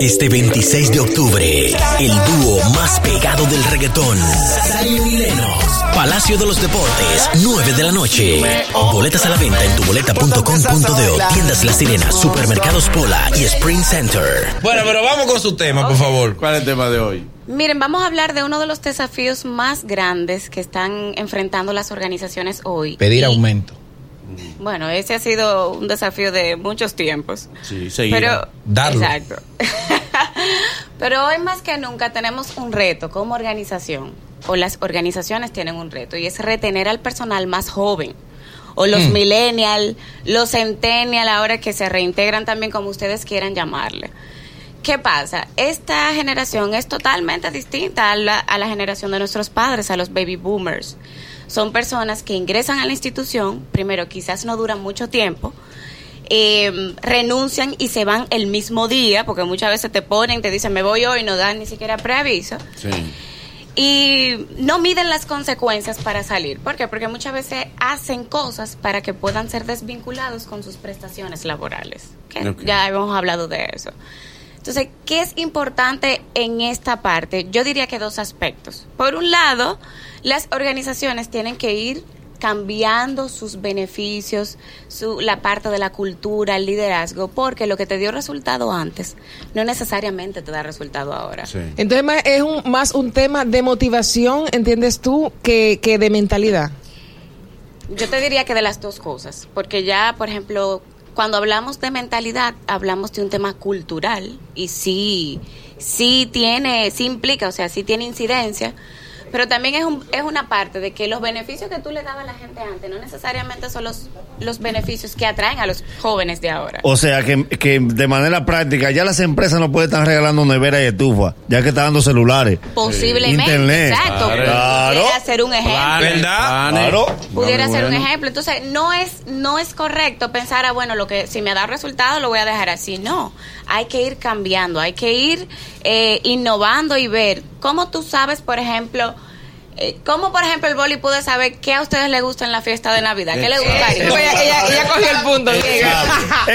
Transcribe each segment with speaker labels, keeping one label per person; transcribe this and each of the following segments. Speaker 1: Este 26 de octubre, el dúo más pegado del reggaetón, Zion y Lennox, Palacio de los Deportes, 9 de la noche. Boletas a la venta en tuboleta.com.de, tiendas La Sirena, supermercados Pola y Spring Center.
Speaker 2: Bueno, pero vamos con su tema, por favor.
Speaker 3: ¿Cuál es el tema de hoy?
Speaker 4: Miren, vamos a hablar de uno de los desafíos más grandes que están enfrentando las organizaciones hoy.
Speaker 5: Pedir aumento.
Speaker 4: Bueno, ese ha sido un desafío de muchos tiempos.
Speaker 3: Sí,
Speaker 4: Pero,
Speaker 3: seguida.
Speaker 5: Darlo.
Speaker 4: Exacto. Pero hoy más que nunca tenemos un reto como organización, o las organizaciones tienen un reto, y es retener al personal más joven, o los millennial, los centennial, ahora que se reintegran también como ustedes quieran llamarle. ¿Qué pasa? Esta generación es totalmente distinta a la, a la generación de nuestros padres, a los baby boomers. Son personas que ingresan a la institución, primero quizás no duran mucho tiempo, eh, renuncian y se van el mismo día, porque muchas veces te ponen, te dicen me voy hoy, no dan ni siquiera preaviso,
Speaker 3: Sí.
Speaker 4: y no miden las consecuencias para salir. ¿Por qué? Porque muchas veces hacen cosas para que puedan ser desvinculados con sus prestaciones laborales. que
Speaker 3: Ok.
Speaker 4: Ya hemos hablado de eso. Entonces, ¿qué es importante en esta parte? Yo diría que dos aspectos. Por un lado, las organizaciones tienen que ir cambiando sus beneficios, su, la parte de la cultura, el liderazgo, porque lo que te dio resultado antes no necesariamente te da resultado ahora.
Speaker 3: Sí.
Speaker 6: Entonces ma- es un, más un tema de motivación, ¿entiendes tú? Que, que de mentalidad.
Speaker 4: Yo te diría que de las dos cosas, porque ya, por ejemplo, cuando hablamos de mentalidad, hablamos de un tema cultural y sí, sí tiene, sí implica, o sea, sí tiene incidencia, pero también es, un- es una parte de que los beneficios que tú le dabas a la gente antes no necesariamente son los, los beneficios que atraen a los jóvenes de ahora.
Speaker 7: O sea que, que de manera práctica ya las empresas no pueden estar regalando nevera y estufa, ya que están dando celulares.
Speaker 4: Posiblemente,
Speaker 7: Internet.
Speaker 4: exacto.
Speaker 7: Claro.
Speaker 4: Pudiera ser un ejemplo.
Speaker 2: ¿Verdad?
Speaker 7: Claro.
Speaker 4: pudiera
Speaker 3: Muy
Speaker 4: ser un
Speaker 3: bueno.
Speaker 4: ejemplo. Entonces, no es, no es correcto pensar, ah, bueno, lo que si me da resultado lo voy a dejar así. No, hay que ir cambiando, hay que ir eh, innovando y ver cómo tú sabes, por ejemplo, eh, cómo, por ejemplo, el boli pudo saber qué a ustedes les gusta en la fiesta de Navidad, qué les gustaría.
Speaker 6: Ella, ella- ella cogió el punto.
Speaker 7: Es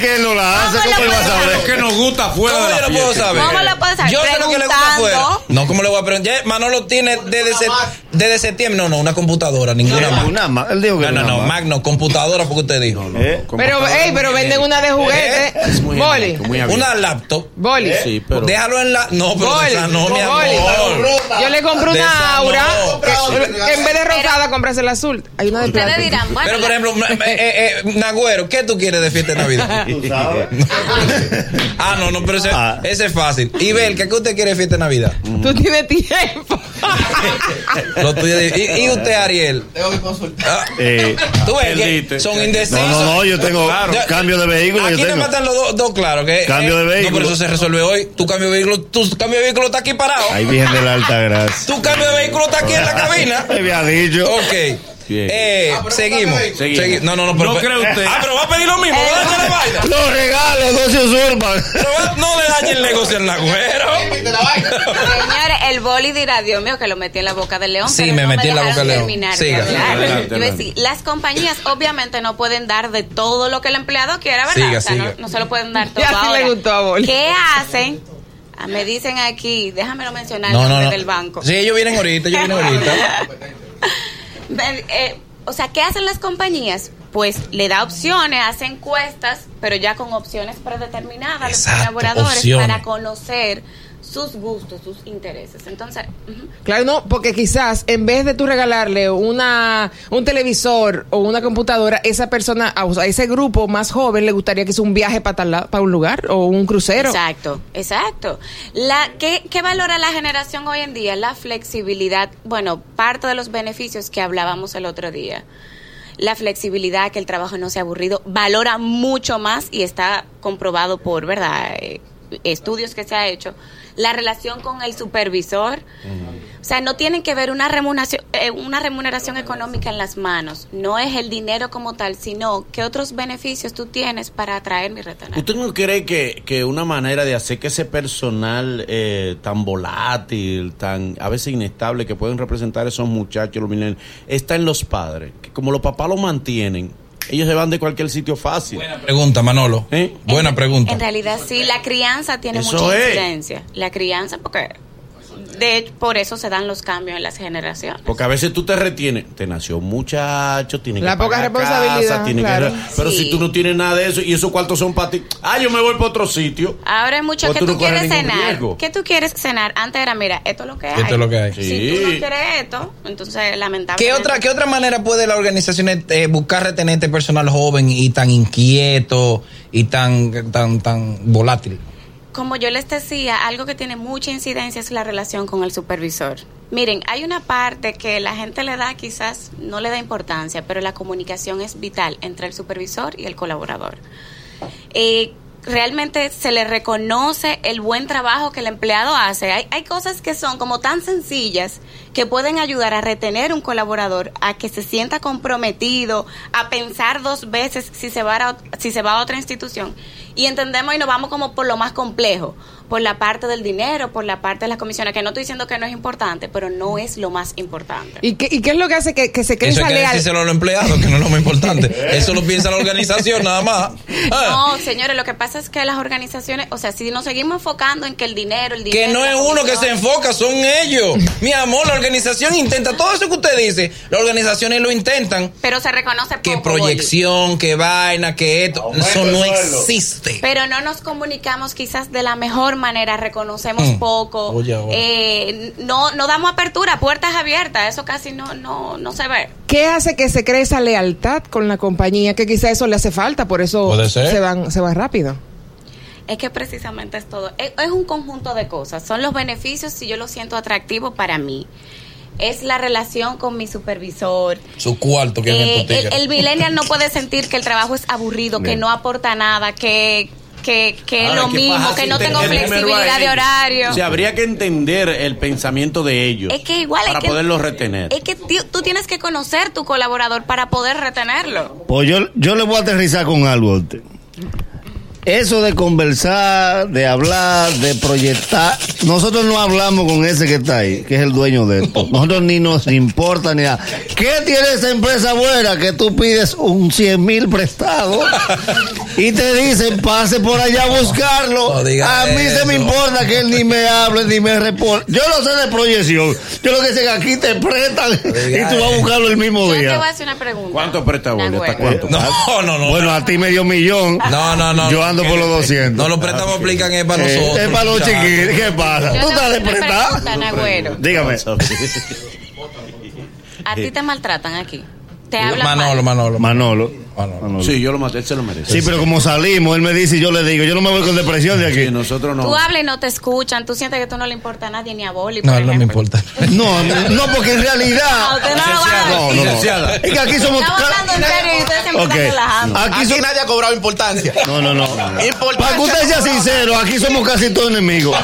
Speaker 7: que él no la hace, ¿cómo él va a
Speaker 3: Lo que
Speaker 7: saber?
Speaker 3: nos gusta fuera
Speaker 2: ¿Cómo
Speaker 3: de la
Speaker 2: yo lo puedo
Speaker 3: fiesta.
Speaker 2: saber?
Speaker 4: ¿Cómo lo puedo saber?
Speaker 2: Yo sé lo que le gusta
Speaker 4: Preguntando.
Speaker 2: afuera. No, ¿cómo le voy a preguntar? Ya, Manolo tiene desde, sep- desde septiembre. No, no, una computadora, ninguna Mac.
Speaker 7: Una más. Él dijo que
Speaker 2: No, no,
Speaker 7: una
Speaker 2: no,
Speaker 7: más.
Speaker 2: Mac no, computadora, porque usted dijo.
Speaker 7: ¿Eh?
Speaker 6: Pero, ey, pero venden una de juguete.
Speaker 3: eh, Es muy
Speaker 6: Boli.
Speaker 3: genérico, muy
Speaker 2: Una
Speaker 3: abierto.
Speaker 2: laptop.
Speaker 6: Boli.
Speaker 3: Sí, pero.
Speaker 2: Déjalo en la. No, pero
Speaker 6: Boli.
Speaker 2: de esa no, mi
Speaker 6: Boli.
Speaker 2: amor.
Speaker 6: Yo le compro
Speaker 2: De
Speaker 6: una
Speaker 2: esa
Speaker 6: aura.
Speaker 2: no.
Speaker 6: que- En vez de rosada, compras el azul. Hay una de
Speaker 4: Ustedes
Speaker 6: plata.
Speaker 4: dirán, bueno,
Speaker 2: Pero por
Speaker 4: la-
Speaker 2: ejemplo, eh, eh, eh, Nagüero, ¿qué tú quieres de fiesta de Navidad?
Speaker 7: Tú sabes.
Speaker 2: ah, no, no, pero ese,
Speaker 7: Ah.
Speaker 2: ese es fácil. Y Bel, ¿qué usted quiere de fiesta de Navidad?
Speaker 6: Tú tienes tiempo.
Speaker 2: Lo tuyo de- y, y usted, Ariel. Tengo que consultar.
Speaker 7: Eh,
Speaker 2: Tú ves que
Speaker 3: Perdiste.
Speaker 2: son indecisos.
Speaker 7: no, no, no, yo tengo
Speaker 2: Ya-
Speaker 7: cambio de vehículo.
Speaker 2: Aquí
Speaker 7: yo
Speaker 2: no
Speaker 7: tengo.
Speaker 2: matan los dos, dos, claro. Que, eh,
Speaker 7: Cambio de
Speaker 2: No,
Speaker 7: vehículo.
Speaker 2: pero eso se resuelve hoy. Tu cambio de vehículo, tu cambio de vehículo está aquí parado.
Speaker 7: Ay, Virgen de la Alta Gracia.
Speaker 2: Tu cambio de vehículo está aquí en la cabina.
Speaker 7: Me había dicho.
Speaker 2: Ok.
Speaker 3: Bien.
Speaker 2: Eh, seguimos.
Speaker 3: Seguimos.
Speaker 2: Segui- No, no, no.
Speaker 3: No cree usted.
Speaker 2: Ah, pero va a pedir lo mismo. va a darle la vaina.
Speaker 7: Los regalos no se usurpan.
Speaker 2: Pero va- No le dañe el negocio al nagüero.
Speaker 4: Señores, el boli dirá, Dios mío, que lo metí en la boca del león.
Speaker 2: Sí,
Speaker 4: pero
Speaker 2: me
Speaker 4: no
Speaker 2: metí en la
Speaker 4: dejaron
Speaker 2: boca del león.
Speaker 4: terminar de
Speaker 2: Siga.
Speaker 4: hablar.
Speaker 3: Adelante,
Speaker 4: Yo iba a decir,
Speaker 3: adelante.
Speaker 4: Las compañías obviamente no pueden dar de todo lo que el empleado quiera, ¿verdad?
Speaker 2: Siga,
Speaker 4: O sea, no-
Speaker 2: siga.
Speaker 4: No, se lo pueden dar todo
Speaker 6: Ya sí le
Speaker 4: ahora.
Speaker 6: gustó a Boli.
Speaker 4: ¿Qué hacen? Ah, Me dicen aquí, déjamelo mencionar el
Speaker 2: No, no,
Speaker 4: nombre
Speaker 2: no.
Speaker 4: del banco.
Speaker 2: Sí, ellos vienen ahorita, ellos vienen ahorita.
Speaker 4: Ven, eh, o sea, ¿qué hacen las compañías? Pues le da opciones, hace encuestas, pero ya con opciones predeterminadas a los
Speaker 2: Exacto,
Speaker 4: colaboradores
Speaker 2: opciones.
Speaker 4: para conocer sus gustos, sus intereses. Entonces, ujú.
Speaker 6: Claro, no, porque quizás en vez de tú regalarle una un televisor o una computadora, esa persona, a, a ese grupo más joven le gustaría que hizo un viaje para, tal lado- para un lugar o un crucero.
Speaker 4: Exacto, exacto. La, ¿qué, qué valora la generación hoy en día? La flexibilidad, bueno, parte de los beneficios que hablábamos el otro día. La flexibilidad, que el trabajo no sea aburrido, valora mucho más y está comprobado por, ¿verdad? Eh, estudios que se ha hecho. La relación con el supervisor. O sea, no tienen que ver una remuneración, eh, una remuneración económica en las manos. No es el dinero como tal, sino qué otros beneficios tú tienes para atraer mi retener.
Speaker 3: ¿Usted no cree que, que una manera de hacer que ese personal eh, tan volátil, tan a veces inestable que pueden representar esos muchachos, los millennials, está en los padres? Que como los papás lo mantienen, Ellos se van de cualquier sitio fácil.
Speaker 2: Pregunta, Manolo.
Speaker 3: ¿Eh?
Speaker 2: Buena pregunta.
Speaker 4: En realidad sí, la crianza tiene
Speaker 3: Eso
Speaker 4: mucha
Speaker 3: es.
Speaker 4: incidencia. La crianza, porque de hecho, por eso se dan los cambios en las generaciones.
Speaker 3: Porque a veces tú te retienes. Te nació un muchacho, tiene que
Speaker 6: La poca
Speaker 3: pagar
Speaker 6: responsabilidad,
Speaker 3: casa, tiene que-
Speaker 6: claro.
Speaker 3: Pero
Speaker 4: Sí.
Speaker 3: si tú no tienes nada de eso y esos cuartos son para ti, ah, yo me voy para otro sitio.
Speaker 4: Ahora hay mucho
Speaker 3: Pues
Speaker 4: que
Speaker 3: tú
Speaker 4: tú,
Speaker 3: no corres
Speaker 4: quieres
Speaker 3: ningún
Speaker 4: cenar.
Speaker 3: riesgo.
Speaker 4: ¿Qué tú quieres cenar? Antes era, mira, esto es lo que hay.
Speaker 2: Esto es lo que hay.
Speaker 3: Sí.
Speaker 4: Si tú no quieres esto, entonces lamentablemente.
Speaker 2: ¿Qué otra, ¿Qué otra manera puede la organización eh, buscar retener este personal joven y tan inquieto y tan, tan, tan volátil?
Speaker 4: Como yo les decía, algo que tiene mucha incidencia es la relación con el supervisor. Miren, hay una parte que la gente le da, quizás no le da importancia, pero la comunicación es vital entre el supervisor y el colaborador. Eh, realmente se le reconoce el buen trabajo que el empleado hace. Hay, hay cosas que son como tan sencillas que pueden ayudar a retener un colaborador, a que se sienta comprometido, a pensar dos veces si se va a, si se va a otra institución. Y entendemos y nos vamos como por lo más complejo, por la parte del dinero, por la parte de las comisiones, que no estoy diciendo que no es importante, pero no es lo más importante.
Speaker 6: ¿Y qué, ¿Y qué es lo que hace que, que se cree
Speaker 2: Eso
Speaker 6: esa
Speaker 2: hay que
Speaker 6: leal?
Speaker 2: decírselo a los empleados, que no es lo más importante. Eso lo piensa la organización nada más. Ah,
Speaker 4: No, señores, lo que pasa es que las organizaciones, o sea, si nos seguimos enfocando en que el dinero, el dinero.
Speaker 2: que no
Speaker 4: la
Speaker 2: es uno que se
Speaker 4: comisión-
Speaker 2: enfoca, son ellos. Mi amor, la organización intenta todo eso que usted dice. Las organizaciones lo intentan.
Speaker 4: Pero se reconoce
Speaker 2: Que
Speaker 4: poco, Boli.
Speaker 2: proyección, que vaina, que esto.
Speaker 7: Aumento
Speaker 2: Eso no
Speaker 7: de sueldo.
Speaker 2: existe.
Speaker 4: Pero no nos comunicamos quizás de la mejor manera, reconocemos
Speaker 2: Mm.
Speaker 4: poco,
Speaker 2: Oye, ahora.
Speaker 4: eh, no, no damos apertura, puertas abiertas, eso casi no, no, no se ve.
Speaker 6: ¿Qué hace que se cree esa lealtad con la compañía? Que quizá eso le hace falta, por eso
Speaker 2: Puede ser.
Speaker 6: se van, se van rápido.
Speaker 4: Es que precisamente es todo. Es, es un conjunto de cosas. Son los beneficios si yo lo siento atractivo para mí. Es la relación con mi supervisor.
Speaker 2: Su cuarto que
Speaker 4: Eh,
Speaker 2: es en
Speaker 4: el, el millennial no puede sentir que el trabajo es aburrido, que
Speaker 7: Bien.
Speaker 4: no aporta nada, que, que, que es
Speaker 3: Ahora,
Speaker 4: lo
Speaker 3: Ah, ¿qué
Speaker 4: mismo,
Speaker 3: pasa
Speaker 4: que
Speaker 3: si
Speaker 4: no tengo
Speaker 3: entender primero a
Speaker 4: flexibilidad de
Speaker 3: ellos?
Speaker 4: horario.
Speaker 3: O sea, habría que entender el pensamiento de ellos.
Speaker 4: Es que igual
Speaker 3: Para
Speaker 4: es que,
Speaker 3: poderlos retener.
Speaker 4: Es que tío, tú tienes que conocer tu colaborador para poder retenerlo.
Speaker 7: Pues yo, yo le voy a aterrizar con algo a usted. Eso de conversar, de hablar, de proyectar. Nosotros no hablamos con ese que está ahí, que es el dueño de esto. Nosotros ni nos importa ni nada. ¿Qué tiene esa empresa buena que tú pides un 100 mil prestado y te dicen pase por allá a buscarlo?
Speaker 2: No, no diga
Speaker 7: a mí se me
Speaker 2: eso.
Speaker 7: importa que él ni me hable ni me responda. Yo no sé de proyección. Yo lo que sé es que aquí te prestan y tú vas a buscarlo el mismo
Speaker 4: Yo te
Speaker 7: día.
Speaker 4: voy a hacer una pregunta.
Speaker 3: ¿Cuánto presta Boli? ¿Hasta
Speaker 4: Nahuel.
Speaker 3: cuánto?
Speaker 2: No, no, no.
Speaker 7: Bueno, a ti medio millón.
Speaker 2: No, no, no.
Speaker 7: Yo ando por los 200.
Speaker 2: No, los préstamos aplican es para
Speaker 7: Eh,
Speaker 2: nosotros.
Speaker 7: es para los
Speaker 2: muchachos.
Speaker 7: chiquitos. ¿Qué pasa?
Speaker 4: Yo
Speaker 7: ¿Tú
Speaker 4: te voy a
Speaker 7: estás
Speaker 4: hacer una pregunta,
Speaker 7: despertada?
Speaker 4: Nagüero.
Speaker 7: Dígame.
Speaker 4: A ti te maltratan aquí. Te hablan
Speaker 2: Manolo,
Speaker 4: mal.
Speaker 2: Manolo, Manolo.
Speaker 7: Manolo.
Speaker 2: Manolo.
Speaker 7: Manolo. Sí.
Speaker 3: Sí, yo lo maté, él se lo merece.
Speaker 7: pero como salimos, él me dice y yo le digo, yo no me voy con depresión de
Speaker 3: Sí,
Speaker 7: aquí.
Speaker 3: nosotros no.
Speaker 4: Tú hablas y no te escuchan. Tú sientes que tú no le importa a nadie ni a Boli.
Speaker 2: No,
Speaker 4: por
Speaker 2: no me
Speaker 4: ejemplo.
Speaker 2: importa.
Speaker 7: No, no, porque en
Speaker 4: No,
Speaker 7: realidad.
Speaker 4: usted no lo va a
Speaker 7: No, no, no.
Speaker 3: Licenciada.
Speaker 7: Es que aquí somos.
Speaker 4: Estamos hablando en serio y ustedes siempre
Speaker 7: Ok.
Speaker 4: están relajando.
Speaker 7: Aquí somos.
Speaker 5: nadie ha cobrado importancia.
Speaker 7: No, no, no.
Speaker 5: Importancia
Speaker 7: Para que usted sea sincero, aquí somos casi todos enemigos.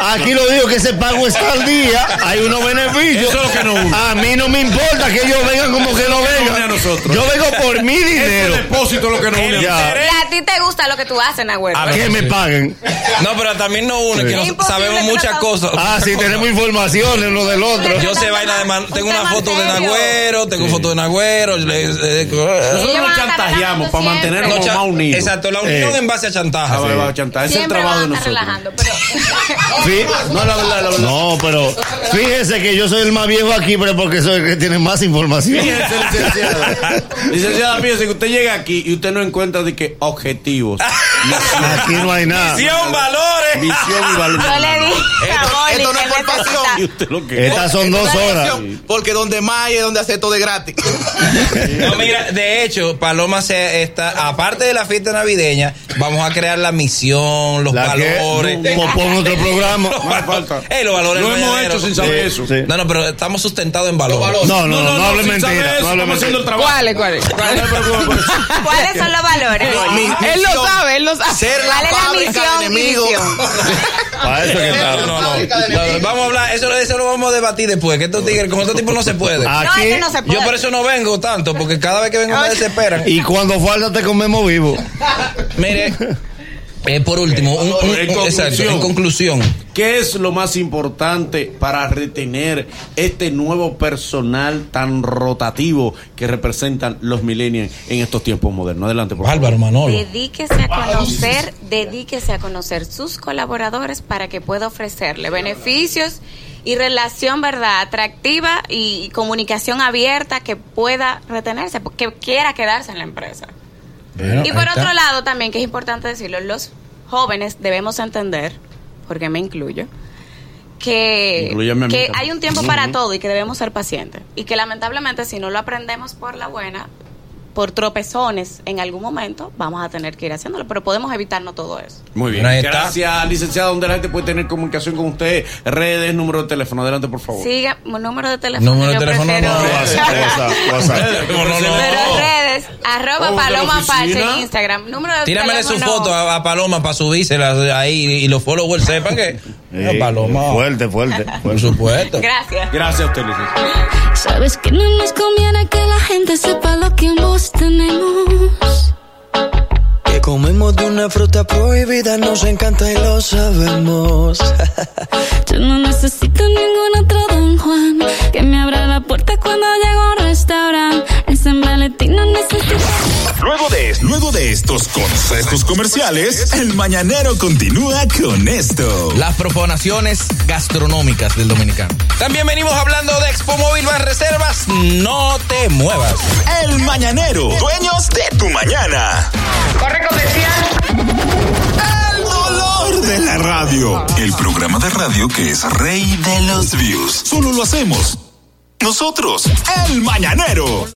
Speaker 7: Aquí lo digo que ese pago está al día, hay unos beneficios.
Speaker 3: Eso es lo que nos une.
Speaker 7: A mí no me importa que ellos vengan como que no
Speaker 3: une a
Speaker 7: vengan.
Speaker 3: nosotros.
Speaker 7: Yo vengo por mi
Speaker 3: El
Speaker 7: dinero.
Speaker 3: depósito es lo que nos une.
Speaker 7: Ya,
Speaker 4: Y a ti te gusta lo que tú haces, Nagüero.
Speaker 2: A ver.
Speaker 7: que me paguen.
Speaker 2: No, pero también no uno, que
Speaker 4: Es
Speaker 2: nos-
Speaker 4: imposible
Speaker 2: sabemos
Speaker 4: que no
Speaker 2: muchas
Speaker 4: sab-
Speaker 2: cosas.
Speaker 7: Ah, sí, tenemos informaciones lo del otro.
Speaker 2: Yo sé vaina de man-
Speaker 4: Un
Speaker 2: Tengo una
Speaker 4: tema
Speaker 2: foto de
Speaker 4: serio.
Speaker 2: Nagüero, tengo foto de Nagüero. le- le-
Speaker 4: Ellos
Speaker 3: Nosotros
Speaker 4: van a
Speaker 3: nos
Speaker 4: estar
Speaker 3: chantajeamos
Speaker 4: relajando
Speaker 3: para
Speaker 4: siempre.
Speaker 3: mantenernos
Speaker 2: No, cha-
Speaker 3: más unidos.
Speaker 2: Exacto, la unión
Speaker 7: Eh.
Speaker 2: en base a chantaje.
Speaker 3: Ah, va, va, chantaje. Ese es el
Speaker 4: Siempre
Speaker 3: trabajo de
Speaker 4: van a estar
Speaker 3: nosotros.
Speaker 4: relajando. Pero
Speaker 7: Sí.
Speaker 3: No, la verdad, la verdad.
Speaker 7: No, pero fíjese que yo soy el más viejo aquí, pero porque soy el que tiene más información.
Speaker 3: Fíjese, licenciada. Licenciada, fíjese que usted llega aquí y usted no encuentra de que objetivos,
Speaker 7: Aquí no hay nada.
Speaker 2: Visión, valores.
Speaker 3: visión y valor.
Speaker 4: yo le dije a Boli
Speaker 5: esto no
Speaker 4: que
Speaker 5: es por
Speaker 4: necesita-
Speaker 5: pasión.
Speaker 3: Y usted lo que
Speaker 7: Estas son dos horas.
Speaker 5: Porque donde más hay es donde hace todo de gratis.
Speaker 2: No, mira, de hecho, Paloma se está, aparte de la fiesta navideña, vamos a crear la misión, los
Speaker 7: La que
Speaker 2: valores.
Speaker 7: Pues pon otro programa.
Speaker 2: Los
Speaker 3: hace
Speaker 2: valo-
Speaker 3: falta.
Speaker 2: Eh, los valores
Speaker 3: Lo hemos
Speaker 2: verdaderos.
Speaker 3: hecho sin saber eso.
Speaker 7: Sí.
Speaker 2: No, no, pero estamos sustentados en valores.
Speaker 7: No, no, no, no, hable
Speaker 3: sin saber
Speaker 7: mentira.
Speaker 3: eso,
Speaker 7: No hable
Speaker 3: estamos haciendo el
Speaker 7: mentira.
Speaker 3: trabajo.
Speaker 6: ¿Cuáles, cuáles?
Speaker 3: No te preocupes por eso.
Speaker 4: ¿Cuáles son los valores? Boli?
Speaker 5: Mi
Speaker 6: Él lo
Speaker 5: misión,
Speaker 6: sabe, él lo sabe.
Speaker 5: Ser la
Speaker 4: ¿Cuál es la
Speaker 5: fábrica de
Speaker 4: misión y
Speaker 5: enemigos.
Speaker 4: visión?
Speaker 7: Para eso que
Speaker 2: No,
Speaker 7: estamos.
Speaker 2: no, no. No, Vamos a hablar, eso, eso lo vamos a debatir después, que estos tigres con estos tipos no se puede.
Speaker 7: Ah,
Speaker 4: No, es que no se puede.
Speaker 2: Yo por eso no vengo tanto, porque cada vez que vengo me desesperan.
Speaker 7: Y cuando falta te comemos vivo.
Speaker 2: Mire, Eh, por último, un- un-
Speaker 3: En
Speaker 2: un- exacto, en conclusión,
Speaker 3: ¿Qué es lo más importante para retener este nuevo personal tan rotativo que representan los millennials en estos tiempos modernos? Adelante, por favor.
Speaker 2: Álvaro Manolo.
Speaker 4: Dedíquese a conocer, dedíquese a conocer sus colaboradores para que pueda ofrecerle beneficios y relación, ¿verdad?, atractiva y comunicación abierta que pueda retenerse, que quiera quedarse en la empresa.
Speaker 2: Bueno,
Speaker 4: Y
Speaker 2: ahí
Speaker 4: por
Speaker 2: está.
Speaker 4: otro lado, también que es importante decirlo, los jóvenes debemos entender, porque me incluyo, que,
Speaker 3: Inclúyeme a mí
Speaker 4: que
Speaker 3: también.
Speaker 4: hay un tiempo para
Speaker 3: Ujú.
Speaker 4: todo y que debemos ser pacientes. Y que lamentablemente, si no lo aprendemos por la buena, por tropezones en algún momento, vamos a tener que ir haciéndolo. Pero podemos evitarnos todo eso.
Speaker 3: Muy bien.
Speaker 2: Ahí está.
Speaker 3: Gracias, licenciada. ¿Dónde la gente puede tener comunicación con usted? Redes, número de teléfono. Adelante, por favor.
Speaker 4: Siga, número de teléfono.
Speaker 2: Número de
Speaker 4: yo
Speaker 2: teléfono,
Speaker 4: prefiero-
Speaker 2: no,
Speaker 3: No, no, no.
Speaker 4: Pero redes, arroba
Speaker 3: Oh, de la
Speaker 4: paloma Apache en
Speaker 3: oficina.
Speaker 4: Instagram. Número de
Speaker 2: Tíramele su
Speaker 4: teléfono.
Speaker 2: foto a, a Paloma para subírsela ahí y, y los followers sepan que.
Speaker 7: Sí,
Speaker 2: Paloma.
Speaker 7: Fuerte, fuerte.
Speaker 2: Por supuesto.
Speaker 4: Gracias.
Speaker 3: Gracias a usted, licenciada.
Speaker 8: Sabes que no nos conviene que la gente sepa lo que ambos tenemos.
Speaker 9: Que comemos de una fruta prohibida, nos encanta y lo sabemos.
Speaker 8: Yo no necesito ningún otro don Juan que me abra la puerta cuando llego a un restaurante. Ese maletín no necesita.
Speaker 10: Luego de, es- luego de estos consejos comerciales, el mañanero continúa con esto.
Speaker 1: Las profanaciones gastronómicas del dominicano.
Speaker 2: También venimos hablando de Expo Móvil Ban Reservas. No te muevas.
Speaker 10: El mañanero, dueños de tu mañana. Corre comercial. El dolor de la radio. El programa de radio que es rey de los views. Solo lo hacemos. Nosotros, el mañanero.